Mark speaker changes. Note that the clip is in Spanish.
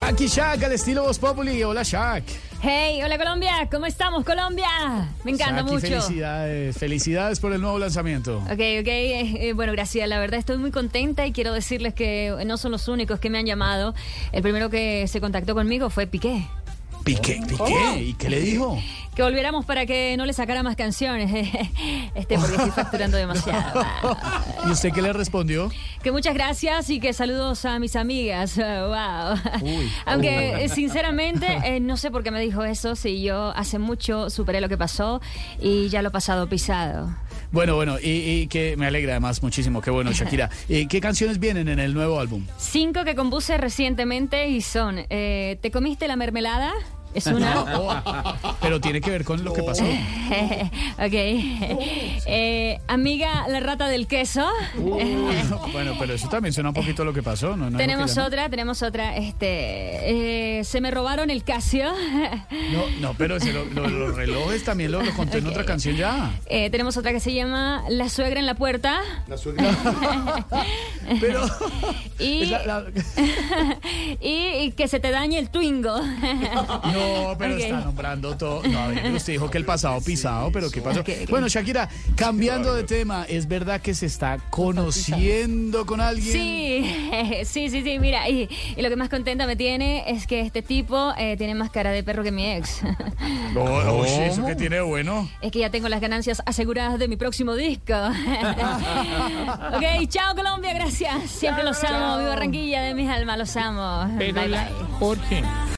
Speaker 1: Aquí Shaq, al estilo Voz Populi. Hola, Shaq.
Speaker 2: Hey, hola Colombia, ¿cómo estamos Colombia? Me encanta
Speaker 1: Shaq, y
Speaker 2: mucho.
Speaker 1: Felicidades. Felicidades por el nuevo lanzamiento.
Speaker 2: Ok, ok, eh, eh, bueno, gracias. La verdad estoy muy contenta y quiero decirles que no son los únicos que me han llamado. El primero que se contactó conmigo fue Piqué,
Speaker 1: Piqué, Piqué. ¿Y qué le dijo?
Speaker 2: que volviéramos para que no le sacara más canciones, este porque estoy facturando demasiado.
Speaker 1: ¿Y usted qué le respondió?
Speaker 2: Que muchas gracias y que saludos a mis amigas. Wow.
Speaker 1: Uy.
Speaker 2: Aunque
Speaker 1: Uy.
Speaker 2: eh, sinceramente eh, no sé por qué me dijo eso, si yo hace mucho superé lo que pasó y ya lo pasado pisado.
Speaker 1: Bueno, bueno, y, y que me alegra además muchísimo. Qué bueno, Shakira. Eh, ¿Qué canciones vienen en el nuevo álbum?
Speaker 2: Cinco que compuse recientemente y son eh, ¿Te comiste la mermelada? Es una.
Speaker 1: Pero tiene que ver con lo que pasó.
Speaker 2: ok. Eh, amiga, la rata del queso.
Speaker 1: Uh.
Speaker 2: Eh,
Speaker 1: Bueno, pero eso también suena un poquito a lo que pasó. ¿no? No es lo que
Speaker 2: tenemos
Speaker 1: llaman.
Speaker 2: otra, tenemos otra. Este, eh, se me robaron el Casio.
Speaker 1: No, no, pero se lo- lo- los relojes también lo, lo conté en otra canción ya.
Speaker 2: Eh, tenemos otra que se llama La suegra en la puerta.
Speaker 1: Pero.
Speaker 2: Y,
Speaker 1: es la- la-
Speaker 2: y- y que se te dañe el Twingo.
Speaker 1: No, pero
Speaker 2: Ok.
Speaker 1: está nombrando todo. No, a ver, pero usted dijo que el pasado pisado, pero ¿qué pasó?
Speaker 2: Ok, ok.
Speaker 1: Bueno, Shakira, cambiando de tema, ¿es verdad que se está conociendo con alguien?
Speaker 2: Sí, sí, sí, sí, mira, y, y lo que más contenta me tiene es que este tipo eh, tiene más cara de perro que mi ex.
Speaker 1: Oh, oh, sí, ¿Eso qué tiene de bueno?
Speaker 2: Es que ya tengo las ganancias aseguradas de mi próximo disco. ok, chao Colombia, gracias. Siempre los amo, viva Barranquilla de mis almas, los amo. Bye, bye.
Speaker 3: Jorge.